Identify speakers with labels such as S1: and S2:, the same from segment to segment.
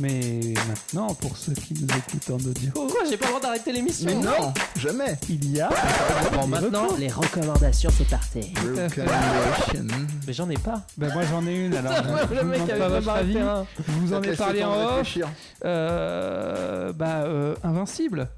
S1: Mais maintenant, pour ceux qui nous écoutent en audio,
S2: Pourquoi j'ai pas le droit d'arrêter l'émission
S3: Mais non, jamais.
S1: il y a.
S3: Bon,
S1: les
S3: maintenant,
S1: recours.
S3: les recommandations, c'est parti.
S4: Recommendation.
S2: Mais j'en ai pas.
S1: Ben moi j'en ai une alors. Je
S2: le
S1: vous
S2: mec
S1: demande
S2: avait
S1: pas votre
S2: préparé
S1: avis.
S2: un.
S1: Je vous en ai parlé en off. Euh, bah, euh, Invincible.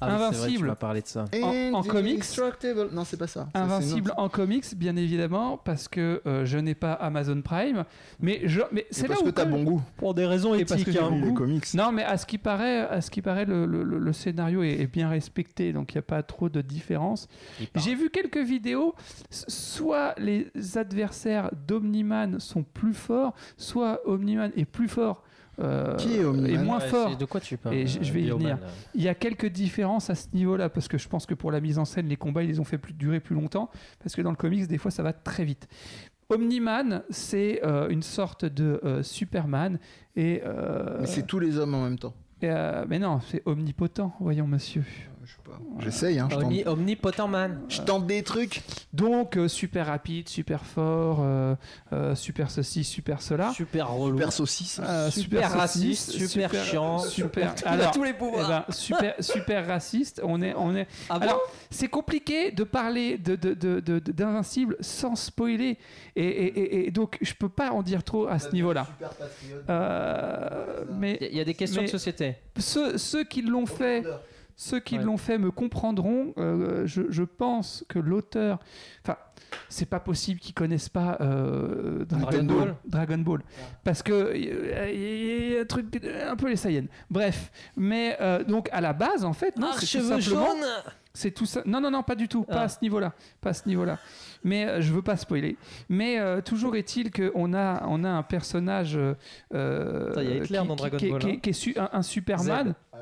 S2: Ah oui, c'est vrai, tu
S1: Invincible.
S2: m'as parlé de ça.
S1: En- en comics.
S4: Indestructible. Non, c'est pas ça. Ça, c'est une autre.
S1: Invincible en comics, bien évidemment, parce que euh, je n'ai pas Amazon Prime. Mais, je- mais
S4: Mais
S1: c'est là Euh,
S4: parce
S1: où.
S4: que t'as
S1: quand même-
S4: bon goût. hein.
S2: Pour des raisons
S1: Et parce que j'ai bon
S4: Les
S1: goût.
S4: comics.
S1: hein. Non, mais à ce qui paraît, à ce qui paraît le, le- le- le scénario est, est bien respecté, donc il n'y a pas trop de différence. J'ai vu quelques vidéos, s- soit les adversaires d'Omniman sont plus forts, soit Omniman est plus fort. euh,
S4: Qui est Omniman
S1: et moins fort.
S2: De quoi tu parles
S1: Et je- je vais y
S2: Bioman,
S1: venir.
S2: là.
S1: Il y a quelques différences à ce niveau-là, parce que je pense que pour la mise en scène, les combats, ils les ont fait plus, durer plus longtemps, parce que dans le comics, des fois, ça va très vite. Omniman, c'est euh, une sorte de euh, Superman, et... euh,
S4: Mais c'est tous les hommes en même temps.
S1: et, euh, mais non, c'est omnipotent, voyons monsieur.
S4: Je sais pas. J'essaye, hein. je tente-
S2: Omni- Omnipotent Man.
S4: Je tente des trucs.
S1: Donc, euh, super rapide, super fort, euh, euh, super ceci, super cela.
S2: Super relou.
S4: Super saucisse.
S1: Euh,
S2: super raciste, super chiant,
S1: super.
S2: Il a
S1: Alors,
S2: tous les
S1: eh
S2: pouvoirs.
S1: ben, super, super raciste. On est, on est.
S2: Ah bon
S1: Alors, c'est compliqué de parler de de- de- de- de- d'Invincible sans spoiler, et, et- et- et donc je peux pas en dire trop
S4: Bah,
S1: à ce niveau-là.
S4: Super patriote.
S1: Euh, mais
S2: Il y a- il y a des questions
S1: Mais-
S2: de société.
S1: ceux, ceux qui l'ont fait,
S4: Ah
S1: ceux qui
S2: Ouais.
S1: l'ont fait me comprendront. Euh, je, je pense que l'auteur, enfin, c'est pas possible qu'ils connaissent pas euh, Dragon,
S4: Dragon
S1: Ball.
S2: Ball.
S1: Dragon Ball, parce que euh, il y, a un truc un peu les Saiyans. Bref, mais euh, donc à la base, en fait, non,
S2: Ah,
S1: c'est tout
S2: cheveux
S1: simplement-
S2: jaunes
S1: c'est tout ça. Non, non, non, pas du tout. Pas
S2: Ah.
S1: à ce niveau-là. Pas à ce niveau-là. Mais euh, je veux pas spoiler. Mais euh, toujours est-il qu'on a, on a un personnage. euh, euh,
S2: Putain, il y a Hitler
S1: qui,
S2: dans
S1: qui-
S2: Dragon
S1: qui-
S2: Ball,
S1: qui-
S2: hein.
S1: qui est su- un, un Superman. Euh,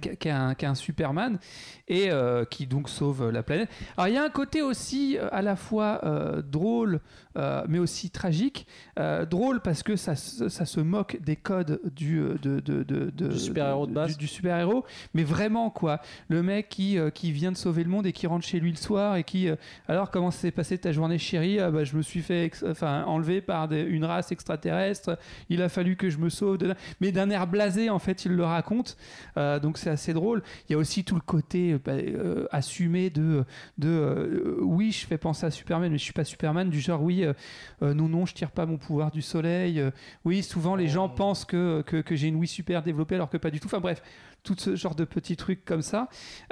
S1: Qui, qui est un, qui est un Superman et euh, qui donc sauve euh, la planète. Alors il y a un côté aussi euh, à la fois euh, drôle euh, mais aussi tragique. Euh, drôle parce que ça, se- ça se moque des codes du, euh, de, de- de- de-
S2: Du super-héros de base.
S1: du- du super-héros, mais vraiment quoi. Le mec qui, euh, qui vient de sauver le monde et qui rentre chez lui le soir et qui. euh, alors, comment s'est passée ta journée, chérie Ah bah, Je me suis fait ex- enfin, enlever par des- une race extraterrestre. Il a fallu que je me sauve. de là. Mais d'un air blasé, en fait, il le raconte. Euh, donc, c'est assez drôle. Il y a aussi tout le côté euh, bah, euh, assumé de. de euh, oui, je fais penser à Superman, mais je suis pas Superman. Du genre, oui, euh, euh, non, non, je tire pas mon pouvoir du soleil. Euh, oui, souvent, les
S4: Oh.
S1: gens pensent que, que, que j'ai une Wii super développée, alors que pas du tout. Enfin, bref tout ce genre de petits trucs comme ça.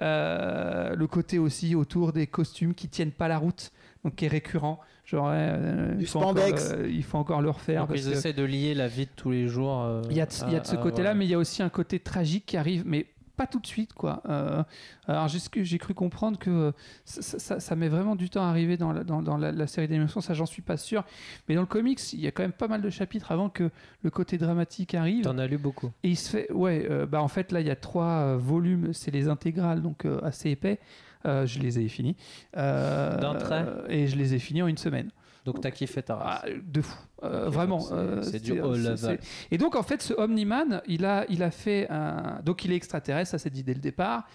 S1: Euh, le côté aussi autour des costumes qui tiennent pas la route, donc qui est récurrent. Genre, euh,
S4: Du
S1: il, faut encore,
S4: spandex.
S1: euh, il faut encore le refaire.
S2: Donc
S1: parce
S2: ils
S1: que
S2: essaient de lier la vie de tous les jours. euh,
S1: il y a de, il y a de ce
S2: à- à-
S1: côté-là,
S2: voilà.
S1: mais il y a aussi un côté tragique qui arrive, mais pas tout de suite, quoi. Euh, alors, j'ai- ce que j'ai cru comprendre que euh, ça, ça- ça- ça met vraiment du temps à arriver dans la, dans, dans la, la série d'animation, ça j'en suis pas sûr. Mais dans le comics, il y a quand même pas mal de chapitres avant que le côté dramatique arrive.
S2: T'en as lu beaucoup.
S1: Et il se fait, ouais, euh, bah en fait là il y a trois euh, volumes, c'est les intégrales donc euh, assez épais. Euh, je les ai finis. Euh,
S2: D'un trait
S1: Et je les ai finis en une semaine.
S2: Donc t'as kiffé ta race.
S1: Ah, de fou. Euh,
S2: Ok,
S1: vraiment.
S2: donc c'est-
S1: euh,
S2: c'est du haut level.
S1: c'est- Et donc en fait ce Omniman, il a, il a fait un... Donc il est extraterrestre, ça c'est dit dès le départ.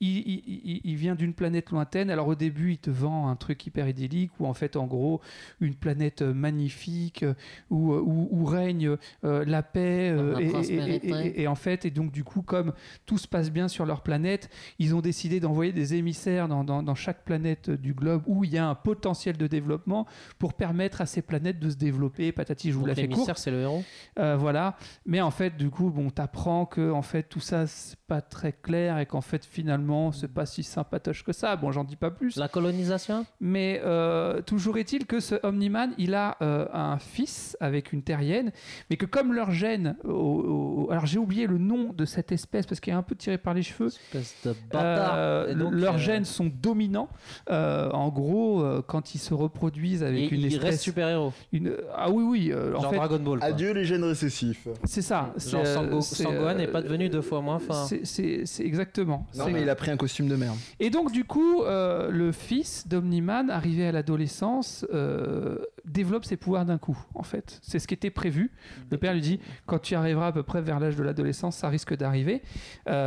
S1: Il, il- il- il vient d'une planète lointaine. Alors au début, il te vend un truc hyper idyllique où en fait, en gros, une planète euh, magnifique euh, où, euh, où- où règne euh, la paix euh,
S3: La
S1: et,
S3: prospérité.
S1: et- et- et- et en fait, et donc du coup, comme tout se passe bien sur leur planète, ils ont décidé d'envoyer des émissaires dans, dans- dans chaque planète euh, du globe où il y a un potentiel de développement pour permettre à ces planètes de se développer. Patati, je vous
S2: Donc
S1: la fais courte.
S2: l'émissaire, c'est le héros.
S1: Euh, voilà. Mais en fait, du coup, bon, t'apprends que en fait tout ça c'est pas très clair et qu'en fait finalement c'est pas si sympatoche que ça. Bon, j'en dis pas plus.
S2: La colonisation
S1: Mais euh, toujours est-il que ce Omniman, il a euh, un fils avec une terrienne, mais que comme leur gène, au- au- au- alors j'ai oublié le nom de cette espèce parce qu'elle est un peu tirée par les cheveux.
S2: Espèce de bâtard.
S1: Euh,
S2: Et donc,
S1: leurs
S2: euh,
S1: gènes sont dominants. Euh, en gros, euh, quand ils se reproduisent
S2: et
S1: avec une
S2: il reste
S1: espèce,
S2: super-héros.
S1: une- ah oui oui, euh, en
S2: Genre
S1: fait,
S2: Dragon Ball. quoi.
S4: Adieu les gènes récessifs.
S1: c'est ça. c'est,
S2: Genre
S1: euh,
S2: Sango-
S1: c'est,
S2: Sangohan n'est pas
S1: euh,
S2: devenu deux fois moins fort.
S1: C'est- C'est c'est exactement.
S4: Non,
S1: C'est-
S4: mais il a pris un costume de merde.
S1: Et donc, du coup, euh, le fils d'Omniman, arrivé à l'adolescence, euh, développe ses pouvoirs d'un coup, en fait. C'est ce qui était prévu. Le père lui dit quand tu arriveras à peu près vers l'âge de l'adolescence, ça risque d'arriver.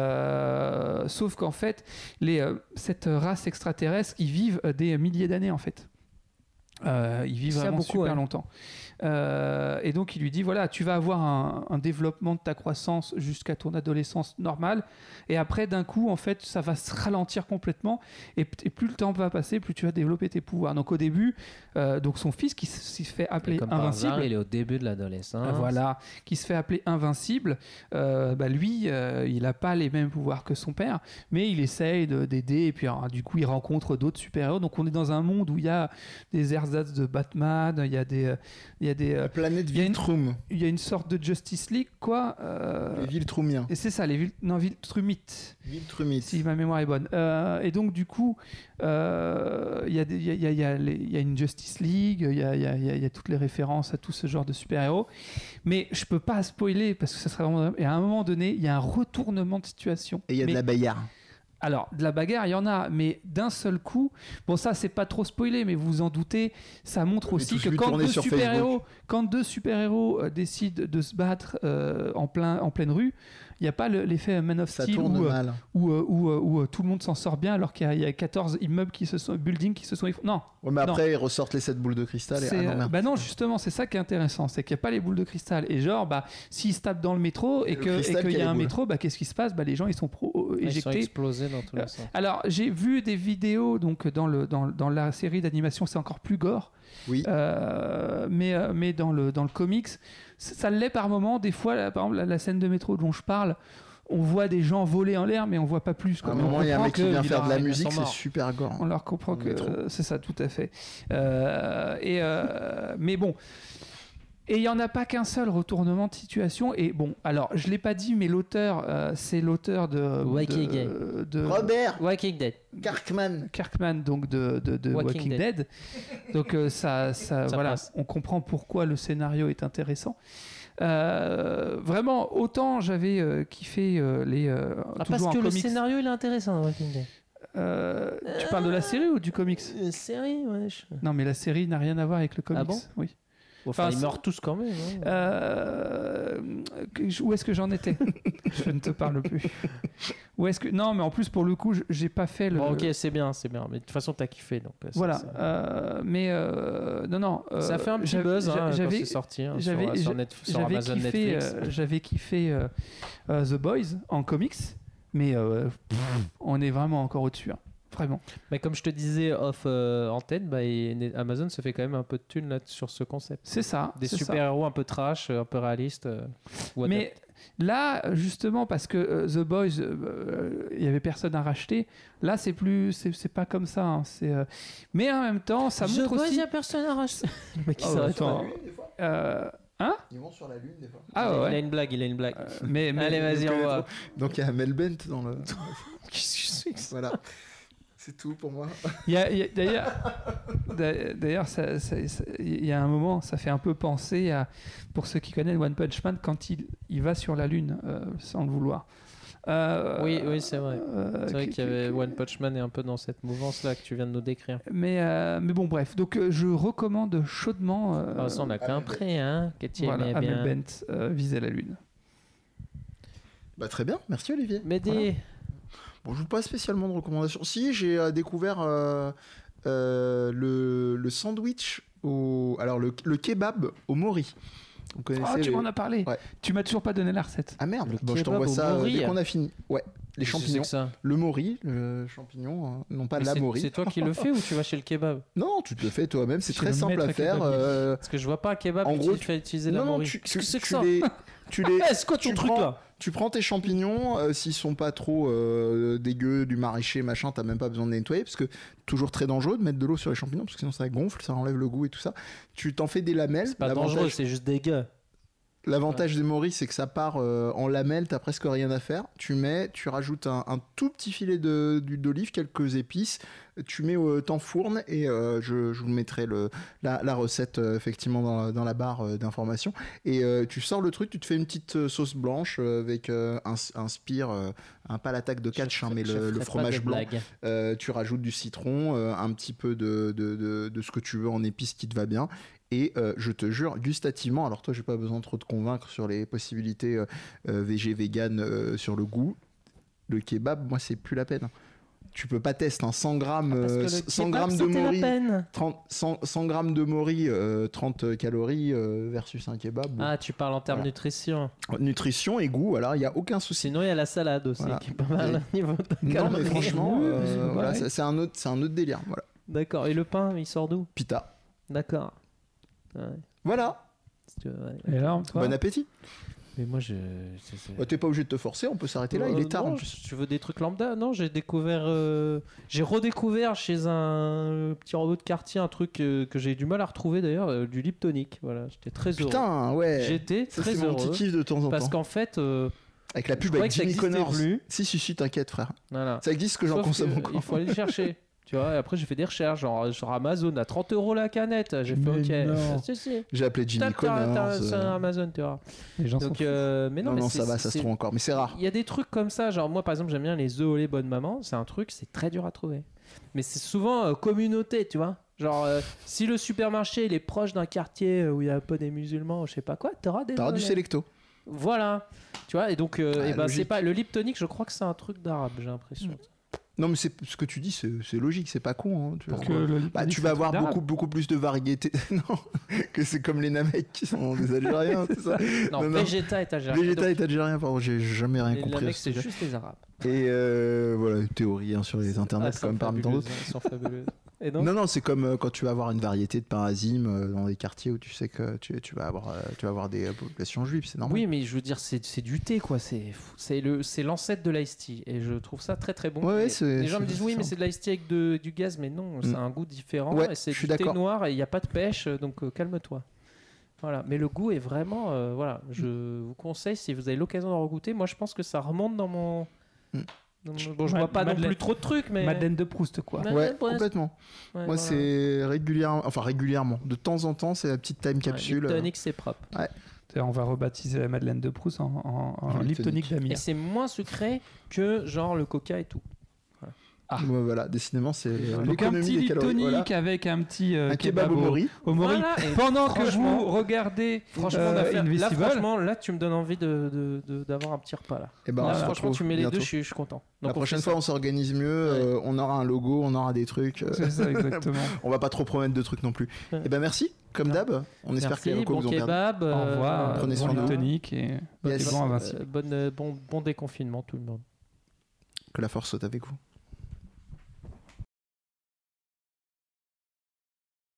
S1: Euh, sauf qu'en fait, les, euh, cette race extraterrestre, ils vivent euh, des milliers d'années, en fait. Euh, ils vivent
S2: Ça,
S1: vraiment
S2: beaucoup,
S1: super
S2: ouais.
S1: longtemps. Euh, et donc il lui dit voilà, tu vas avoir un, un développement de ta croissance jusqu'à ton adolescence normale, et après d'un coup en fait ça va se ralentir complètement, et, p- et plus le temps va passer, plus tu vas développer tes pouvoirs. Donc au début, euh, donc son fils qui s- s'y fait appeler
S2: Comme par
S1: invincible.
S2: hasard, il est au début de l'adolescence.
S1: Ah, Voilà, qui se fait appeler Invincible. Euh, bah, lui, euh, il n'a pas les mêmes pouvoirs que son père, mais il essaye de- d'aider. Et puis, alors, du coup, il rencontre d'autres super-héros. Donc, on est dans un monde où il y a des ersatz de Batman, il y a des, euh, il y a des, euh,
S4: La planète
S1: Il y a une-
S4: Viltrum.
S1: il y a une sorte de Justice League, quoi. euh,
S4: Les Viltrumiens.
S1: et c'est ça, les villes, non, Viltrumites
S4: Viltrumites.
S1: si ma mémoire est bonne. Euh, et donc, du coup, euh, il y, a des- il y a- il y a- il y a les- il y a une Justice League, il y a, il y a- il y a- il y a toutes les références à tout ce genre de super-héros. Mais je peux pas spoiler parce que ça serait vraiment. Et à un moment donné, il y a un retournement de situation.
S4: Et il y a
S1: Mais-
S4: de la bagarre.
S1: alors, de la bagarre, il y en a, mais d'un seul coup, bon, ça, c'est pas trop spoilé, mais vous vous en doutez, ça montre
S4: Mais
S1: aussi
S4: tout
S1: que
S4: celui
S1: quand
S4: tourné
S1: deux,
S4: sur
S1: super-héros, quand deux super-héros euh, décident de se battre euh, en, plein, en pleine rue, il n'y a pas le- l'effet Man of
S4: Ça
S1: Steel
S4: tourne
S1: où, euh,
S4: mal.
S1: où, euh, où, euh, où, euh, tout le monde s'en sort bien alors qu'il y a- il y, a 14 immeubles qui se sont buildings qui se sont effondrés. Non,
S4: Ouais, mais
S1: non.
S4: après, ils ressortent les 7 boules de cristal. Et... Ah
S1: c'est,
S4: non,
S1: euh,
S4: merde.
S1: bah non justement c'est ça qui est intéressant, c'est qu'il n'y a pas les boules de cristal et genre bah s'ils se tapent dans le métro et
S4: Le
S1: que et
S4: cristal
S1: qu'il
S4: qui
S1: y a
S4: a les
S1: un
S4: boules.
S1: métro, bah qu'est-ce qui se passe Bah les gens ils sont pro- euh,
S2: Ils sont
S1: éjectés.
S2: explosés dans tous
S1: Euh,
S2: les sens.
S1: Alors j'ai vu des vidéos donc dans le dans, dans la série d'animation c'est encore plus gore.
S4: Oui.
S1: Euh, mais euh, mais dans le dans le comics ça, ça l'est par moment. Des fois là, par exemple la, la scène de métro dont je parle. On voit des gens voler en l'air, mais on voit pas plus.
S4: À
S1: quoi.
S4: un
S1: Mais on
S4: moment, il y a un
S1: comprend
S4: mec qui
S1: que
S4: vient
S1: il
S4: faire de
S1: aura-
S4: la
S2: ils
S4: musique,
S2: sont
S4: c'est
S2: morts.
S4: super gore.
S1: on leur comprend que
S4: Métro.
S1: euh, c'est ça, tout à fait. Euh, et euh, mais bon. Et il n'y en a pas qu'un seul retournement de situation. Et bon, alors, je ne l'ai pas dit, mais l'auteur, euh, c'est l'auteur de,
S2: Waking
S1: de, de
S4: Robert
S2: Waking Dead.
S4: Kirkman.
S1: Kirkman, donc de, de- de
S2: Walking
S1: Walking, Dead. Donc, euh, ça, ça,
S2: Ça
S1: voilà,
S2: passe.
S1: on comprend pourquoi le scénario est intéressant. Euh, vraiment, autant j'avais euh, kiffé euh, les. euh,
S2: Ah, parce
S1: toujours en
S2: que le
S1: comics.
S2: scénario il est intéressant dans Walking Dead.
S1: Euh, tu parles de la série ou du comics
S2: Une série, wesh.
S1: Non, mais la série n'a rien à voir avec le comics.
S2: Euh. Ah bon
S1: oui.
S2: Enfin,
S1: Enfin,
S2: ils
S1: c'est-
S2: meurent tous quand même. hein.
S1: Euh, que je- où est-ce que j'en étais Je ne te parle plus. Où est-ce que Non, mais en plus pour le coup, je- j'ai pas fait le.
S2: Bon, ok, c'est bien, c'est bien. Mais de toute façon, t'as kiffé. Donc, euh,
S1: Euh,
S2: ça-
S1: Voilà.
S2: ça-
S1: euh, mais euh, non, non. euh,
S2: ça fait un petit
S1: j'avais-
S2: buzz hein, quand
S1: J'avais
S2: c'est sorti hein,
S1: j'avais-
S2: sur, sur, Netf- sur
S1: j'avais
S2: Amazon
S1: kiffé,
S2: Netflix.
S1: euh, j'avais kiffé euh, euh, The Boys en comics, mais euh, pff, on est vraiment encore au-dessus. hein. Vraiment.
S2: Mais comme je te disais off euh, antenne, bah, et Net- Amazon se fait quand même un peu de thunes là, sur ce concept.
S1: C'est ça.
S2: Des
S1: c'est ça.
S2: super-héros un peu trash, euh, un peu réalistes. euh, ou
S1: Mais là, justement, parce que euh, The Boys, euh, il y avait personne à racheter. Là, c'est plus, c'est c'est pas comme ça. hein, c'est, euh, Mais en même temps, ça
S2: Je
S1: montre
S2: vois,
S1: aussi.
S2: y a personne Ah, à racheter. Le mec, il
S1: Oh,
S2: s'arrête
S1: attends.
S2: pas.
S1: Euh,
S4: Ah, Ils vont sur la lune des fois.
S1: Ah
S2: Il
S1: ouais.
S2: a une blague, il a une blague.
S1: euh, mais, mais-
S2: Allez, vas-y, on va.
S4: Donc il y a Mel Bent dans le.
S2: Qu'est-ce que c'est que ça
S4: voilà. C'est tout pour moi.
S1: Il y a- il y a- D'ailleurs, d'a- d'ailleurs, ça- ça- ça- il y a un moment, ça fait un peu penser à, pour ceux qui connaissent One Punch Man, quand il, il va sur la lune euh, sans le vouloir. Euh,
S2: Oui, oui, c'est vrai.
S1: euh,
S2: C'est vrai
S1: qui-
S2: qu'il y
S1: qui-
S2: avait One Punch Man est un peu dans cette mouvance-là que tu viens de nous décrire.
S1: Mais, euh, mais bon, bref. Donc, euh, je recommande chaudement. euh,
S2: Ah, ça, on a compris, hein, que tu
S1: voilà,
S2: aimais
S1: Amel
S2: bien.
S1: Bent euh, visait la lune.
S4: Bah très bien, merci Olivier.
S2: Mais dis,
S1: Voilà.
S4: Bon, je vous pas spécialement de recommandations. Si, j'ai euh, découvert euh, euh, le, le sandwich au. Alors le, le kebab au mori. Vous connaissez
S1: Oh, tu
S4: les-
S1: m'en as parlé.
S4: Ouais.
S1: Tu m'as toujours pas donné la recette.
S4: Ah merde,
S2: Le
S4: bon, je
S2: kebab
S4: t'envoie
S2: au
S4: ça euh,
S2: mori.
S4: dès qu'on a fini. Ouais, les
S2: qu'est-ce que
S4: champignons.
S2: c'est que ça
S4: Le mori, le champignon, hein. non pas
S2: Mais
S4: la
S2: c'est-
S4: mori.
S2: C'est toi qui le fais ou tu vas chez le kebab
S4: Non, tu te le fais toi-même, c'est
S1: Chez
S4: très
S1: le
S4: simple
S1: maître
S4: à faire.
S1: kebabiste.
S4: euh,
S2: Parce que je vois pas un kebab
S4: En
S2: qui
S4: gros,
S2: te fait utiliser la
S4: Non, non,
S2: mori.
S4: tu,
S2: Qu'est-ce que
S4: tu-
S2: c'est que
S4: tu
S2: ça
S4: les- tu les,
S2: Eh, C'est quoi ton
S4: tu
S2: truc
S4: prends-
S2: là
S4: Tu prends tes champignons, euh, s'ils sont pas trop euh, dégueux, du maraîcher, machin, t'as même pas besoin de les nettoyer, parce que toujours très dangereux de mettre de l'eau sur les champignons, parce que sinon ça gonfle, ça enlève le goût et tout ça. Tu t'en fais des lamelles.
S2: C'est pas
S4: L'avantage-
S2: dangereux, c'est juste dégueu.
S4: L'avantage des moris, c'est que ça part euh, en lamelles, t'as presque rien à faire. Tu mets, tu rajoutes un, un tout petit filet de- d'huile d'olive, quelques épices, tu mets, euh, t'enfournes, et euh, je, je vous mettrai le, la, la recette euh, effectivement dans, la- dans la barre euh, d'information. Et euh, tu sors le truc, tu te fais une petite euh, sauce blanche euh, avec euh, un, un spire, euh, un pas l'attaque de catch, hein, mais
S2: Je
S4: le,
S2: ferai
S4: le
S2: pas de
S4: fromage blanc.
S2: blague.
S4: Euh, tu rajoutes du citron, euh, un petit peu de, de, de- de ce que tu veux en épices qui te va bien. Et euh, je te jure, gustativement, alors toi, j'ai pas besoin de trop te convaincre sur les possibilités euh, euh, VG, vegan, euh, sur le goût. Le kebab, moi, c'est plus la peine. tu peux pas tester hein, 100 grammes,
S2: Ah, Parce que
S4: euh,
S2: le
S4: 100
S2: kebab,
S4: grammes de
S2: c'était la
S4: mori,
S2: peine.
S4: 30, 100, 100 grammes de mori, euh, 30 calories euh, versus un kebab.
S2: Ah, tu parles en termes
S4: Voilà.
S2: nutrition.
S4: Nutrition et goût, alors il n'y a aucun souci.
S2: Sinon, il y a la salade aussi,
S4: Voilà.
S2: qui est pas mal au niveau de
S4: Non, mais
S2: calories.
S4: franchement,
S1: Oui,
S4: euh,
S1: c'est pareil.
S4: voilà, c'est c'est un autre, c'est un autre délire. Voilà.
S2: D'accord. Et le pain, il sort d'où
S4: Pita.
S2: D'accord. Ouais.
S4: Voilà.
S2: Si tu veux, ouais.
S1: Et alors, toi
S4: Bon appétit.
S2: Mais moi, je. c'est- c'est-
S4: Bah, T'es pas obligé de te forcer. On peut s'arrêter là.
S2: Euh,
S4: Il est tard. hein.
S2: non,
S4: en plus.
S2: je- Tu veux des trucs lambda Non, j'ai découvert. euh, j'ai redécouvert chez un euh, petit robot de quartier un truc euh, que j'ai eu du mal à retrouver d'ailleurs, euh, du Liptonic. Voilà, j'étais très heureux.
S4: Putain, ouais.
S2: J'étais
S4: Ça,
S2: très
S4: c'est mon
S2: heureux.
S4: petit kiff de temps en
S2: Parce
S4: temps.
S2: qu'en fait, euh,
S4: Avec la
S2: je
S4: pub
S2: croyais
S4: avec
S2: que ça
S4: Jimmy
S2: existait
S4: Connors.
S2: plus.
S4: Si, si, si, t'inquiète, frère.
S2: Voilà.
S4: Ça existe que j'en
S2: Sauf
S4: consomme
S2: que, euh,
S4: encore.
S2: Il faut aller le chercher. Tu vois, et après j'ai fait des recherches, genre sur Amazon à 30 euros la canette. J'ai fait
S1: Mais
S2: ok.
S1: non.
S2: Si, si.
S4: J'ai appelé Jimmy
S2: Tape t'as-
S4: Connors.
S2: t'as-
S4: euh,
S2: sur Amazon, tu vois.
S1: Les gens
S2: Donc,
S1: sont...
S2: euh, mais non,
S4: Non,
S2: mais
S4: non,
S2: c'est-
S4: ça va,
S2: c'est-
S4: ça se
S2: c'est-
S4: trouve encore. Mais c'est rare.
S2: Il y a des trucs comme ça, genre moi par exemple j'aime bien les œufs au lait bonne maman, c'est un truc, c'est très dur à trouver. Mais c'est souvent euh, communauté, tu vois. Genre euh, si le supermarché il est proche d'un quartier euh, où il y a un peu des musulmans ou je sais pas quoi, t'auras des
S4: T'auras
S2: œufs au
S4: du
S2: lait.
S4: Selecto.
S2: Voilà. Tu vois, et donc euh,
S4: Ah,
S2: eh ben, c'est
S4: logique. Mm.
S2: pas le liptonique, je crois que c'est un truc d'arabe, j'ai l'impression.
S4: Non, mais c'est ce que tu dis, c'est c'est logique, c'est pas con. hein, tu vois.
S1: que le-
S4: Bah, tu
S1: c'est
S4: vas
S1: un
S4: avoir
S1: truc d'arabe.
S4: beaucoup, beaucoup plus de variétés. non, que c'est comme les Namek qui sont des Algériens, c'est ça
S2: Non,
S4: Non, non.
S2: Vegeta est algérien.
S4: Végétal est algérien, pardon, j'ai jamais rien
S2: Donc, les
S4: compris. à
S2: mecs,
S4: ce
S2: c'est
S4: sujet.
S2: juste les arabes.
S4: Et euh, voilà, une théorie hein, sur les internets,
S2: Ah,
S4: comme
S2: sont
S4: parmi tant
S2: fabuleuses,
S4: d'autres.
S2: hein, Ils sont fabuleuses. Et donc,
S4: Non, non, c'est comme euh, quand tu vas avoir une variété de pain azim euh, dans des quartiers où tu sais que tu, tu vas, avoir, euh, tu vas avoir des euh, populations juives, c'est normal.
S2: Ah Oui, mais je veux dire, c'est c'est du thé, quoi. C'est c'est le- c'est l'ancêtre de l'ice tea. Et je trouve ça très, très bon.
S4: Ouais, ouais,
S2: Et
S4: c'est-
S2: les gens me
S4: c'est-
S2: disent, oui,
S4: c'est
S2: mais
S4: ça. Mm.
S2: c'est de l'ice tea avec de- du gaz. Mais non, ça a un goût différent.
S4: Ouais,
S2: et c'est
S4: je suis
S2: du thé
S4: d'accord.
S2: noir et il n'y a pas de pêche. Donc, euh, calme-toi. Voilà. Mais le goût est vraiment. euh, voilà. Je
S4: Mm.
S2: vous conseille, si vous avez l'occasion d'en regoûter, moi, je pense que ça remonte dans mon.
S4: Mm.
S2: dans mon- Bon, je
S1: Ma-
S2: vois pas non
S1: Madeleine-
S2: plus trop de trucs, mais.
S1: Madeleine de Proust, quoi.
S2: Ouais,
S4: Ouais,
S2: ouais, ouais.
S4: complètement.
S2: Ouais,
S4: Moi,
S2: voilà.
S4: c'est régulièrement, enfin régulièrement, de temps en temps, c'est la petite time
S2: Ouais,
S4: capsule. euh,
S2: Liptonic, c'est propre.
S1: Tiens, On va rebaptiser la Madeleine de Proust en, en, en
S4: En
S1: Liptonic
S2: Et
S1: d'Amir.
S2: c'est moins sucré que genre le coca et tout.
S4: euh, ouais, voilà, décidément, c'est euh,
S1: Donc un petit
S4: l'économie des calories.
S1: Liptonic
S4: voilà.
S1: avec un petit euh,
S4: Un kebab au mori.
S1: au mori.
S2: Voilà, et
S1: Pendant que
S2: franchement-
S1: vous regardez
S2: franchement,
S1: euh,
S2: on a fait- là,
S1: Invisible,
S2: franchement, là, tu me donnes envie d'avoir de, de, d'avoir un petit repas. Là,
S4: Et ben,
S2: Là,
S4: on se
S2: franchement,
S4: retrouve
S2: tu mets les
S4: bientôt.
S2: deux, je suis, je suis content.
S4: La
S2: Donc, on
S4: prochaine
S2: fait
S4: fois,
S2: ça.
S4: on s'organise mieux. euh, on aura un logo, on aura des trucs. euh,
S1: c'est ça exactement.
S4: on va pas trop promettre de trucs non plus.
S2: Ouais.
S4: Et ben merci, comme
S2: Ouais.
S4: d'hab. On espère
S2: Merci,
S4: que les locaux
S2: bon
S4: vous ont perdu.
S2: kebab.
S1: Au
S2: euh,
S1: revoir,
S4: prenez
S1: prenez
S4: soin
S1: soin
S4: de vous.
S1: Liptonic et
S4: Yes.
S1: bon, invincible.
S2: euh, bonne, euh, bon, bon déconfinement, tout le monde.
S4: Que la force soit avec vous.